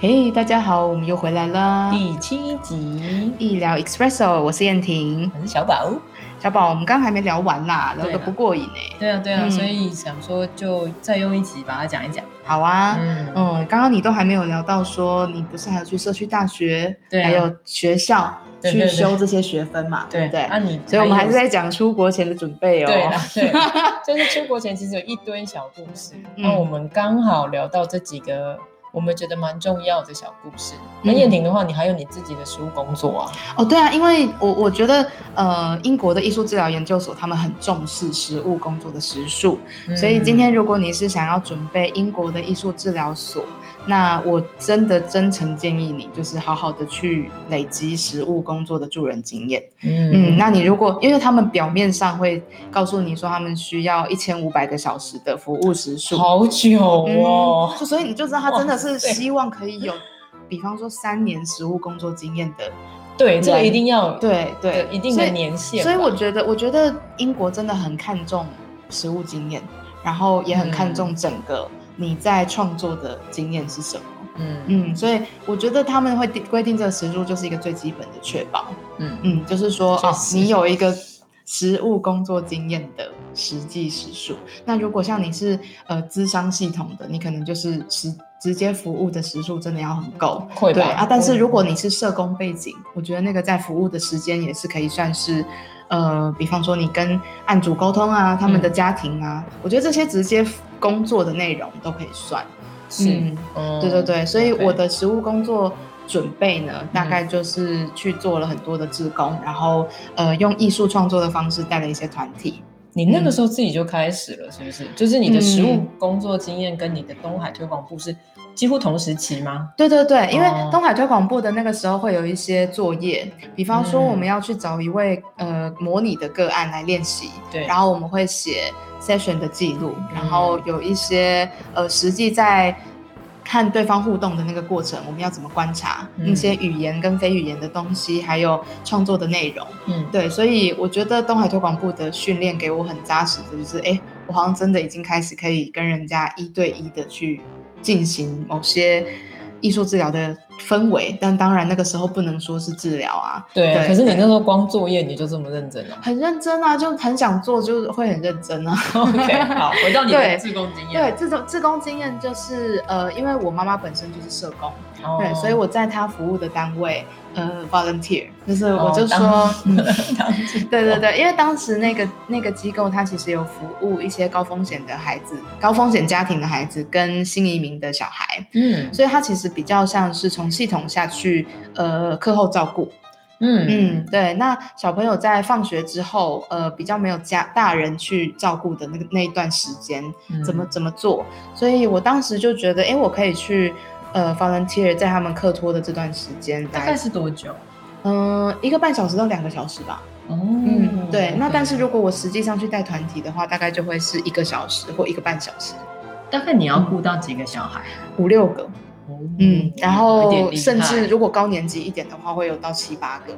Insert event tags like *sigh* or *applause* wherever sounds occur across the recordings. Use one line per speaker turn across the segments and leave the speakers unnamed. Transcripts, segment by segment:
嘿、大家好，我们又回来啦！
第七集，
一聊 Espresso，我是燕婷。
我是小宝。
小宝，我们刚刚还没聊完啦，聊
对啊
得
啦
不过瘾哎、
对啊，对啊，
嗯
所以想说就再用一集把它讲一讲。
好啊，
嗯，
嗯，刚刚你都还没有聊到说，你不是还要去社区大学，
对啊
还有学校
对对
去
对
修这些学分嘛，
对
不对？
那你，
所以我们还是在讲出国前的准备哦。
对啦，对啦，就是出国前其实有一堆小故事，
嗯
那、我们刚好聊到这几个。我们觉得蛮重要的小故事。那
嗯
燕婷的话，你还有你自己的实务工作啊？
哦，对啊，因为我我觉得，呃，英国的艺术治疗研究所他们很重视实务工作的时数，嗯所以今
嗯
天如果你是想要准备英国的艺术治疗所，那我真的真诚建议你，就是好好的去累积实务工作的助人经验。
嗯，
嗯，那你如果因为他们表面上会告诉你说他们需要一千五百个小时的服务时数，
好久哦
嗯，，就所以你就知道他真的是
哇塞
希望可以有，比方说三年实务工作经验的，
对，这个一定要
对对
有，一定
所
的
以
年限吧。
所以我觉得，我觉得英国真的很看重实务经验，然后也很
嗯
看重整个你在创作的经验是什么。
嗯
嗯，所以我觉得他们会定规定这个时数就是一个最基本的确保。
嗯
嗯，就是说
确
哦，
实
你有一个实务工作经验的实际时数。那如果像你是呃资商系统的，你可能就是实直接服务的时数真的要很够。
会
对
吧
啊，但是如果
嗯
你是社工背景，我觉得那个在服务的时间也是可以算是，呃，比方说你跟案主沟通啊，他们的
嗯
家庭啊，我觉得这些直接工作的内容都可以算。
是，
嗯，
嗯嗯
对对对，所以
OK
我的实务工作准备呢，大概就是去做了很多的志工，然后呃，用艺术创作的方式带了一些团体。
你那
嗯
个时候自己就开始了，是不是？就是你的实务工作经验跟你的东海推广部是几乎同时期吗？
对对对，因为
哦
东海推广部的那个时候会有一些作业，比方说
嗯
我们要去找一位呃模拟的个案来练习，
对
然后我们会写 session 的记录，然
嗯
后有一些呃实际在看对方互动的那个过程，我们要怎么观察
嗯
那些语言跟非语言的东西，还有创作的内容。
嗯，
对，所以我觉得东海推广部的训练给我很扎实的，就是哎，诶我好像真的已经开始可以跟人家一对一的去进行某些艺术治疗的氛围，但当然那个时候不能说是治疗啊，
对啊。
对
可是你那时候光作业你就这么认真了
很认真啊，就很想做，就是会很认真啊。 *laughs*
？OK，好，回到你
对
的自工经
对
验，，
这种自工经验就是呃，因为我妈妈本身就是社工，
哦
对，所以我在她服务的单位呃 volunteer，就是我
哦
就
当
说。嗯
当自工
对对对，因为当时那个那个机构，它其实有服务一些高风险的孩子、高风险家庭的孩子跟新移民的小孩，
嗯
所以它其实比较像是从系统下去呃课后照顾。
嗯
嗯，对。那小朋友在放学之后，呃，比较没有家大人去照顾的那个那一段时间，
嗯
怎么怎么做？所以我当时就觉得，哎，我可以去呃 volunteer 在他们课托的这段时间
大概
来，
是多久？
嗯、一个半小时到两个小时吧。
哦
嗯，对。那但是如
果
果我实际上去带团体的话，大概就会是一个小时或一个半小时，
大概你要顾到几个小孩？啊哦
五六个。嗯，然
有点
后
厉害
甚至如果高年级一点的话，会有到七八个。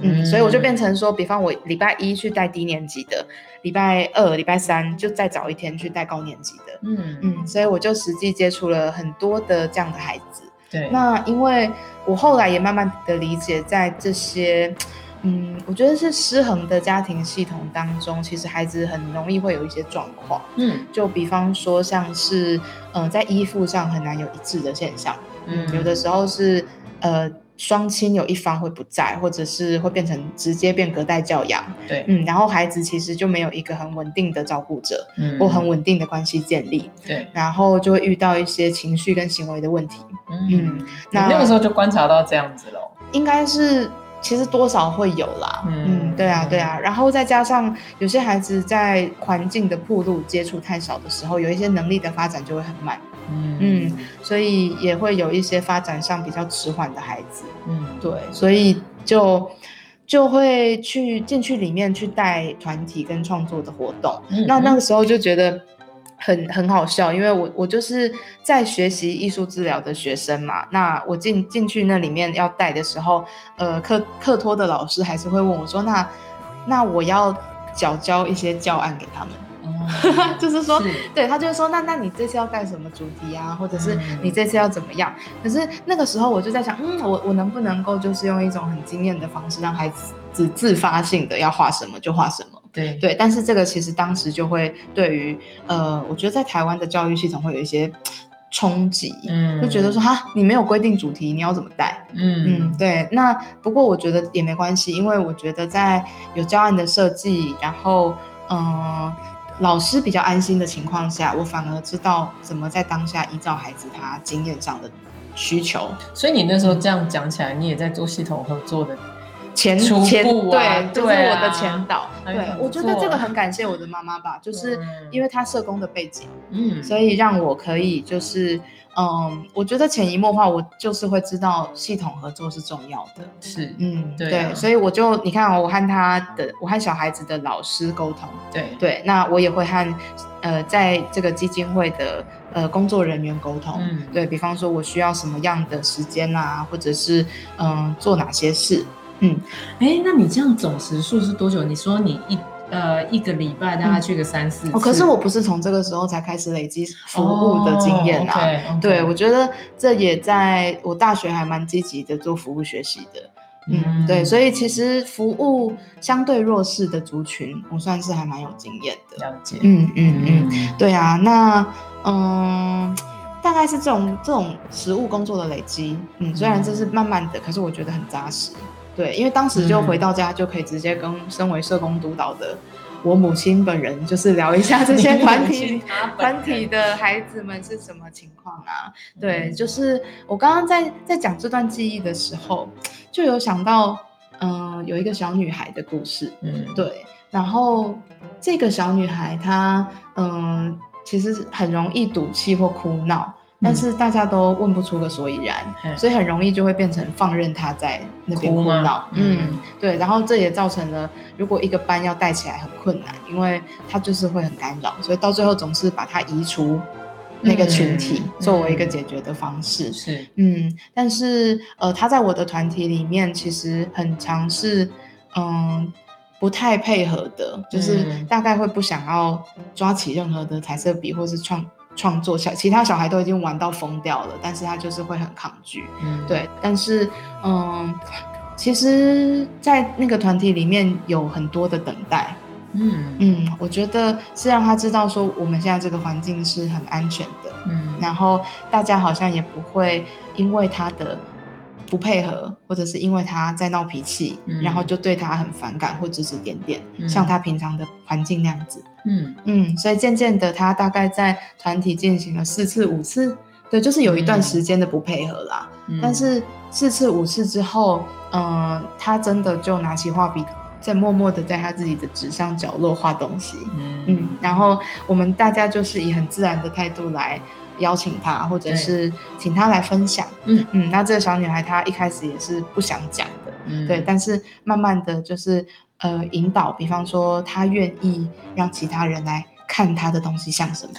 嗯，所以我就变成说，比方我礼拜一去带低年级的，礼拜二、礼拜三就再找一天去带高年级的。
嗯嗯
嗯，所以我就实际接触了很多的这样的孩子。
对，
那因为我后来也慢慢的理解，在这些，嗯，我觉得是失衡的家庭系统当中，其实孩子很容易会有一些状况，
嗯
就比方说像是，呃，在依附上很难有一致的现象，
嗯
有的时候是，呃。双亲有一方会不在，或者是会变成直接变隔代教养，
对
嗯，然后孩子其实就没有一个很稳定的照顾者
嗯
或很稳定的关系建立，
对
然后就会遇到一些情绪跟行为的问题，嗯
嗯，你
那
那个时候就观察到这样子喽。
应该是其实多少会有啦，嗯
嗯
对啊，
嗯
对啊，然后再加上有些孩子在环境的铺路接触太少的时候，有一些能力的发展就会很慢，
嗯
嗯所以也会有一些发展上比较迟缓的孩子，
嗯，
对，所以就就会去进去里面去带团体跟创作的活动，
嗯
那那个时候就觉得很很好笑，因为我我就是在学习艺术治疗的学生嘛。那我进进去那里面要带的时候，呃，课课托的老师还是会问我说：“那那我要缴交一些教案给他们。
嗯哦
*laughs* 就是说，
是
对他就会说，那那你这次要干什么主题啊，或者是
嗯
你这次要怎么样？可是那个时候我就在想，嗯，我我能不能够就是用一种很惊艳的方式，让孩子自自发性的要画什么就画什么。
对
对，但是这个其实当时就会对于呃，我觉得在台湾的教育系统会有一些冲击，
嗯
就觉得说哈，你没有规定主题，你要怎么带？嗯，
嗯
对。那不过我觉得也没关系，因为我觉得在有教案的设计，然后嗯、呃老师比较安心的情况下，我反而知道怎么在当下依照孩子他经验上的需求
所以你那时候这样讲起来，你也在做系统合作的，
前
初
前
步啊
对，就是
对
我的
啊
前导。
还
对
很，不
我觉得
错
这个很感谢我的妈妈吧，就是
嗯
因为她社工的背景，
嗯
所
以
以让我可以就是。嗯，我觉得潜移默化，我就是会知道系统合作是重要的。
是
嗯，
对啊
所以我就你看、哦，我和他的，我和小孩子的老师沟通，
对
对，那我也会和呃，在这个基金会的呃工作人员沟通，
嗯
对比方说我需要什么样的时间啊，或者是嗯、呃做哪些事，
哎，那你这样总时数是多久？你说你一呃一个礼拜大概去个三四次，
哦，可是我不是从这个时候才开始累积服务的经验啊，
啊
对我觉得这也在我大学还蛮积极的做服务学习的。嗯，对，所
以
以其实服务相对弱势的族群，我算是还蛮有经验的。
了解，
嗯嗯嗯，
嗯，
对啊，那嗯，大概是这种这种实务工作的累积，嗯，嗯虽然这是慢慢的，可是我觉得很扎实。对，因为当时就回到家就可以直接跟身为社工督导的我母亲本人，就是聊一下 *laughs*
嗯
这些团
*laughs*
体团体的孩子们是什么情况啊？
嗯
对，就是我刚刚在在讲这段记忆的时候，就有想到，嗯、有一个小女孩的故事，
嗯，
对，然后这个小女孩她嗯、其实很容易赌气或哭闹，但
嗯
是大家都问不出个所以然，
嘿
所以很容易就会变成放任她在那边
哭
哭
吗
闹。
嗯
嗯，对，然后这也造成了如果一个班要带起来很困难，因为她就是会很干扰，所以到最后总是把她移除那个群体、
嗯
作为一个
嗯
解决的方式。
是
嗯，但是呃，他在我的团体里面其实很常是嗯不太配合的，就是
嗯
大概会不想要抓起任何的彩色笔或是创创作小，其他小孩都已经玩到疯掉了，但是他就是会很抗拒。
嗯，
对，但是嗯，其实，在那个团体里面有很多的等待。
嗯
嗯，我觉得是让他知道说我们现在这个环境是很安全的。
嗯
然后大家好像也不会因为他的不配合，或者是因为他在闹脾气，
嗯
然后就对他很反感或指指点点，
嗯
像他平常的环境那样子。
嗯
嗯，所以渐渐的，他大概在团体进行了四次五次，对，就是有一段
嗯
时间的不配合啦。
嗯，
但是四次五次之后，嗯、他真的就拿起画笔，在默默的在他自己的纸上角落画东西。嗯，然后我们大家就是以很自然的态度来邀请她，或者
对
是请她来分享。
嗯
嗯，那这个小女孩她一开始也是不想讲的，
嗯
对，但是慢慢的就是呃引导，比方说她愿意让其他人来看她的东西像什么，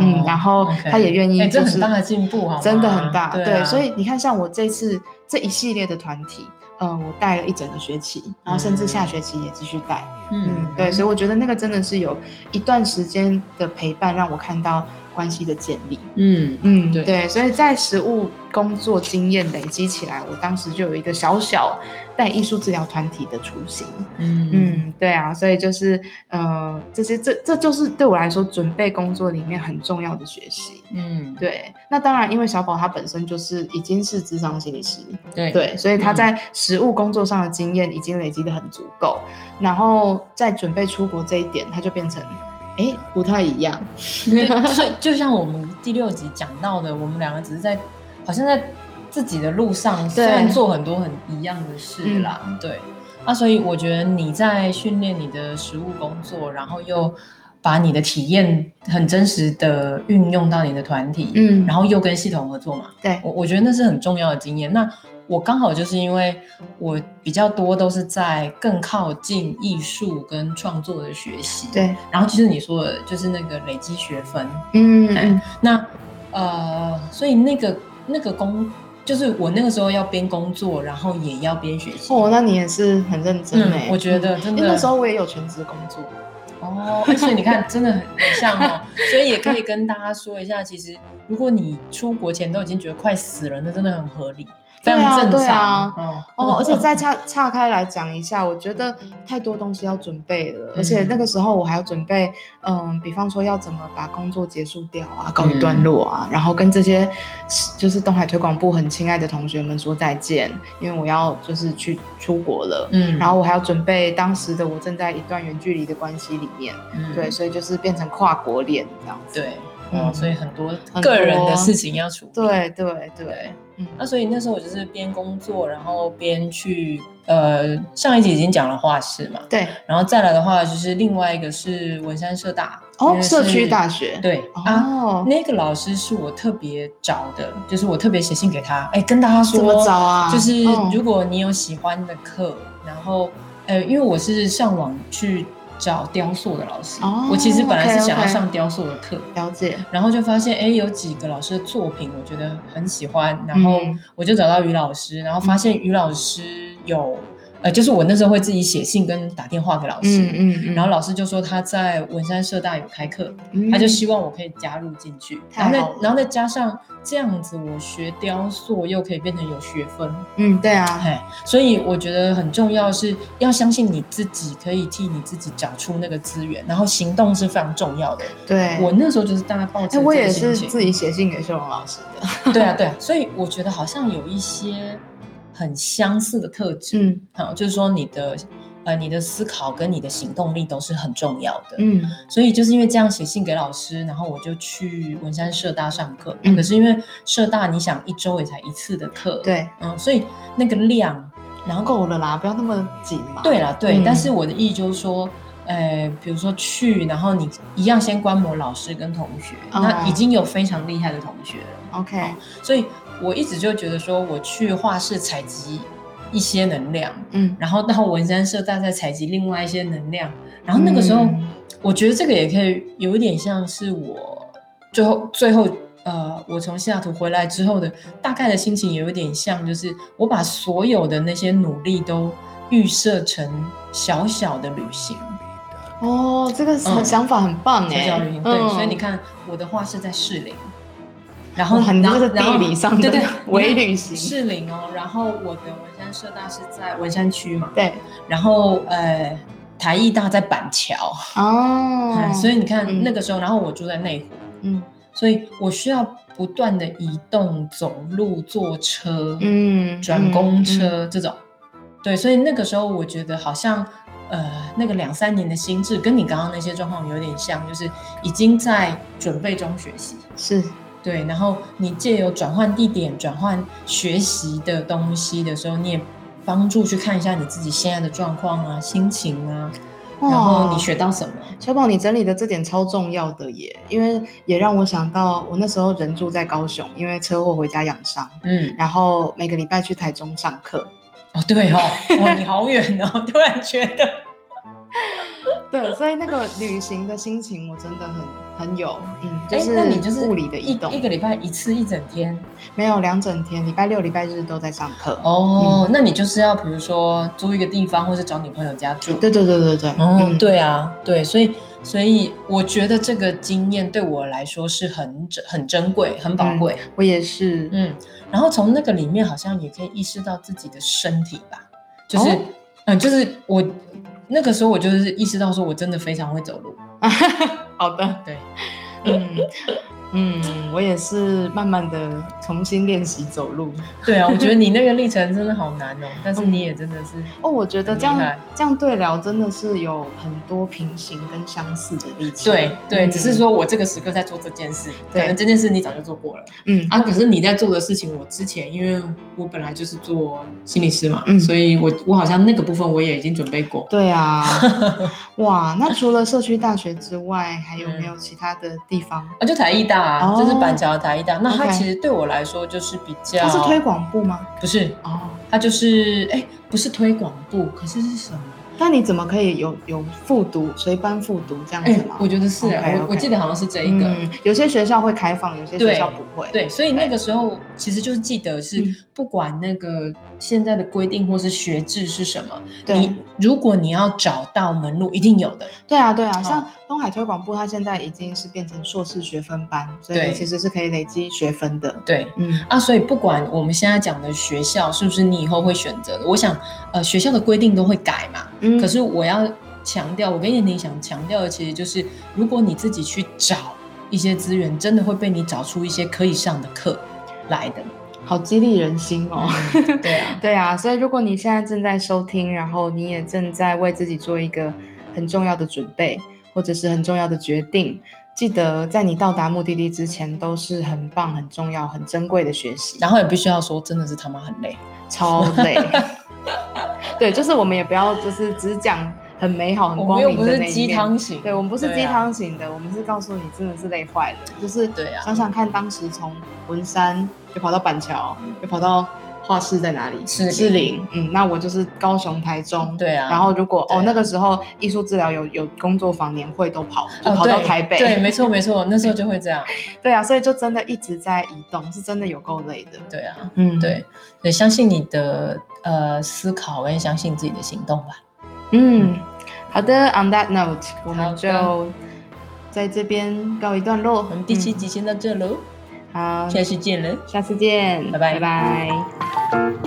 嗯，然后她也愿意、
哦哎，这
就是，
很大的进步，好吗
真的很大，
啊
所以你看，像我这次这一系列的团体。嗯、我带了一整个学期，然后甚至下
嗯
学期也继续带。嗯
嗯，
对，所以我觉得那个真的是有一段时间的陪伴，让我看到关系的建立。
嗯
嗯，
对
对，所以在实务工作经验累积起来，我当时就有一个小小带艺术治疗团体的雏形。
嗯嗯
嗯，对啊，所以就是呃，这些这这就是对我来说准备工作里面很重要的学习。
嗯，
对，那当然，因为小宝他本身就是已经是智商心理师，
对
对，所以他
嗯
在实务工作上的经验已经累积的很足够，然后在准备出国这一点，他就变成，哎，不太一样。
对，所以就像我们第六集讲到的，我们两个只是在好像在自己的路上，虽然做很多很一样的
嗯
事啦，对。那、所以我觉得你在训练你的实务工作，然后又把你的体验很真实的运用到你的团体，
嗯，
然后又跟系统合作嘛，
对，
我我觉得那是很重要的经验。那我刚好就是因为我比较多都是在更靠近艺术跟创作的学习，
对，
然后就是你说的，就是那个累积学分。
嗯嗯
那呃，所以那个那个工，就是我那个时候要边工作，然后也要边学习。
哦哦，那你也是很认真
嗯
哎、
我觉得真
因为那
的
时候我也有全职工作，
哦，哎所以你看，真的很很像哦。所以也可以跟大家说一下，其实如果你出国前都已经觉得快死了，那真的很合理，非
对啊
常正
对啊
常。嗯 *laughs*
哦，而且再岔岔开来讲一下，我觉得太多东西要准备了，而且那
嗯
个时候我还要准备，嗯，比方说要怎么把工作结束掉啊，告一
嗯
段落啊，然后跟这些就是东海推广部很亲爱的同学们说再见，因为我要就是去出国了。
嗯
然后我还要准备当时的我正在一段远距离的关系里面，
嗯
对，所以就是变成跨国恋这样子。
对，
嗯
哦，所以很多
很
个人
多
的事情要处理。
对对对，
对，
嗯，
那所以那时候我就是边工作，然后边去呃，上一集已经讲了画室嘛，
对
然后再来的话就是另外一个是文山社大因
哦，
为
社区
是
大学
对啊。
哦，
那个老师是我特别找的，就是我特别写信给他，哎，跟大家说，
怎么找啊？
就是
嗯
如果你有喜欢的课，然后呃，因为我是上网去找雕塑的老师，
哦
我其实本来是
OK，OK
想要上雕塑的课，
了解，
然后就发现，哎，有几个老师的作品我觉得很喜欢，然后
嗯
我就找到于老师，然后发现于老师有，呃，就是我那时候会自己写信跟打电话给老师，
嗯嗯嗯，
然后老师就说他在文山社大有开课，
嗯
他就希望我可以加入进去，
太
然后
好了
再然后再加上这样子，我学雕塑又可以变成有学分，
嗯，对啊，
哎，所以我觉得很重要是要相信你自己，可以替你自己找出那个资源，然后行动是非常重要的。
对，
我那时候就是大概抱
哎，
着
我
这
也
个心
是
情，
自己写信给秀荣老师的，
对啊对啊，所以我觉得好像有一些很相似的特质，
嗯
好、就是说你的呃你的思考跟你的行动力都是很重要的，
嗯
所以就是因为这样写信给老师，然后我就去文山社大上课，
嗯
可是因为社大你想一周也才一次的
*laughs*
课，，
对，
嗯，所以那个量，然后
够了啦，不要那么紧嘛，
对啦，对，
嗯
但是我的意就是说，呃，比如说去，然后你一样先观摩老师跟同学，
哦
那已经有非常厉害的同学了，
，OK，
所以我一直就觉得说，我去画室采集一些能量，
嗯，
然后到文山社大再采集另外一些能量，然后那个时候，
嗯
我觉得这个也可以有一点像是我最后最后。呃，我从西雅图回来之后的大概的心情有一点像，就是我把所有的那些努力都预设成小小的旅行，
哦，这个
嗯
想法很棒
小
哎
小旅行。，对，
嗯
所以你，看我的画是在士林，然后
哇，你
然
这
后
个
然
地
后
理上
对
的
对
*laughs* 微旅行，
士林哦，然后我的文山社大是在文山区嘛，
对，
然后呃，台艺大在板桥，
哦
哎，所以你看、
嗯
那个时候，然后我住在内湖，
嗯
所以我需要不断的移动、走路、坐车、
嗯，
转公
嗯，
车、这种。对，所以那个时候我觉得好像，呃，那个两三年的心智跟你刚刚那些状况有点像，就是已经在准备中学习。
嗯是，
对，然后你借由转换地点、转换学习的东西的时候，你也帮助去看一下你自己现在的状况啊、心情啊，然后你
哇
学到什么。
小哦宝，你整理的这点超重要的耶，因为也让我想到我那时候人住在高雄，因为车祸回家养伤，
嗯，
然后每个礼拜去台中上课。
哦，对哦，哇，你好远哦， *laughs* 突然觉得，
对，所以那个旅行的心情我真的很很有，嗯，就
哎
是
那你就是
物理的移
一
动，
一个礼拜一次一整天
没有两整天，礼拜六、礼拜日都在上课。
哦，那你就是要比如说租一个地方，或是找你朋友家住。
对对对对对，
哦，
嗯，
对啊，对，所以所以我觉得这个经验对我来说是很珍很珍贵、很宝贵。
我也是，
嗯，然后从那个里面好像也可以意识到自己的身体吧，就是，
哦
嗯，就是我那个时候我就是意识到说我真的非常会走路，
好的，
对，
嗯嗯，我也是慢慢的重新练习走路。
对啊，我觉得你那个历程真的好难哦，但是你也真的是，
哦，我觉得
很
这样
厉害
这样对聊真的是有很多平行跟相似的例子。
对对，
嗯
只是说我这个时刻在做这件事，可
对
能这件事你早就做过了
嗯
啊，可是你在做的事情，我之前因为我本来就是做心理师嘛，
嗯
所以我我好像那个部分我也已经准备过，
对
*laughs*
啊，哇，那除了社区大学之外，还有
嗯
没有其他的地方？
啊，就台艺大啊，
哦
就是板桥的台艺大，那它
OK
其实对我来说就是比较，
它是推广部吗？
不是，
哦，
它就是哎，不是推广部，可是是什么？
但你怎么可以有有复读随班复读这样子吗？
我觉得是啊
OK，OK
我我记得好像是这一个。
嗯，有些学校会开放，有些学校不会。
对，所以那个时候其实就是记得是
嗯
不管那个现在的规定或是学制是什么，
对
你如果你要找到门路，一定有的。
对啊，对啊，
哦
像东海推广部，它现在已经是变成硕士学分班，所以
对
其实是可以累积学分的。
对
嗯，
啊，所以不管我们现在讲的学校是不是你以后会选择的，我想呃学校的规定都会改嘛。
嗯
可是我要强调，我跟燕婷想强调的其实就是，如果你自己去找一些资源，真的会被你找出一些可以上的课来的。
好激励人心
*laughs*
哦。
对啊，
*laughs* 对啊，所以如果你现在正在收听，然后你也正在为自己做一个很重要的准备，或者是很重要的决定，记得在你到达目的地之前，都是很棒、很重要、很珍贵的学
*laughs*
习，
然后也必须要说，真的是他妈很累。
超累。对，就是我们也不要就是只讲很美好、很
我们
光
又
明
不
的
是
那一
鸡
面。
汤型，
对，我们不是
对
鸡
啊
汤型的，我们是告诉你真的是累坏了，就是
对啊
想想看，当时从文山又跑到板桥，又跑到画室在哪里？
嗯士林
士林。嗯，那我就是高雄、台中。
对啊
然后如果
对
哦
啊
那个时候艺术治疗有有工作坊年会都跑，就
哦
跑到
对
台北。
对，没错没错，那时候就会这样。
对啊，所以就真的一直在移动，是真的有够累的。
对啊，
嗯，
对，也相信你的呃思考，也相信自己的行动吧。
嗯，好的。On that note，我
好
们
的
就在这边告一段落。
我们第七
嗯
集先到这喽，
好，
下次见了。
下次见，
拜
拜
拜
拜。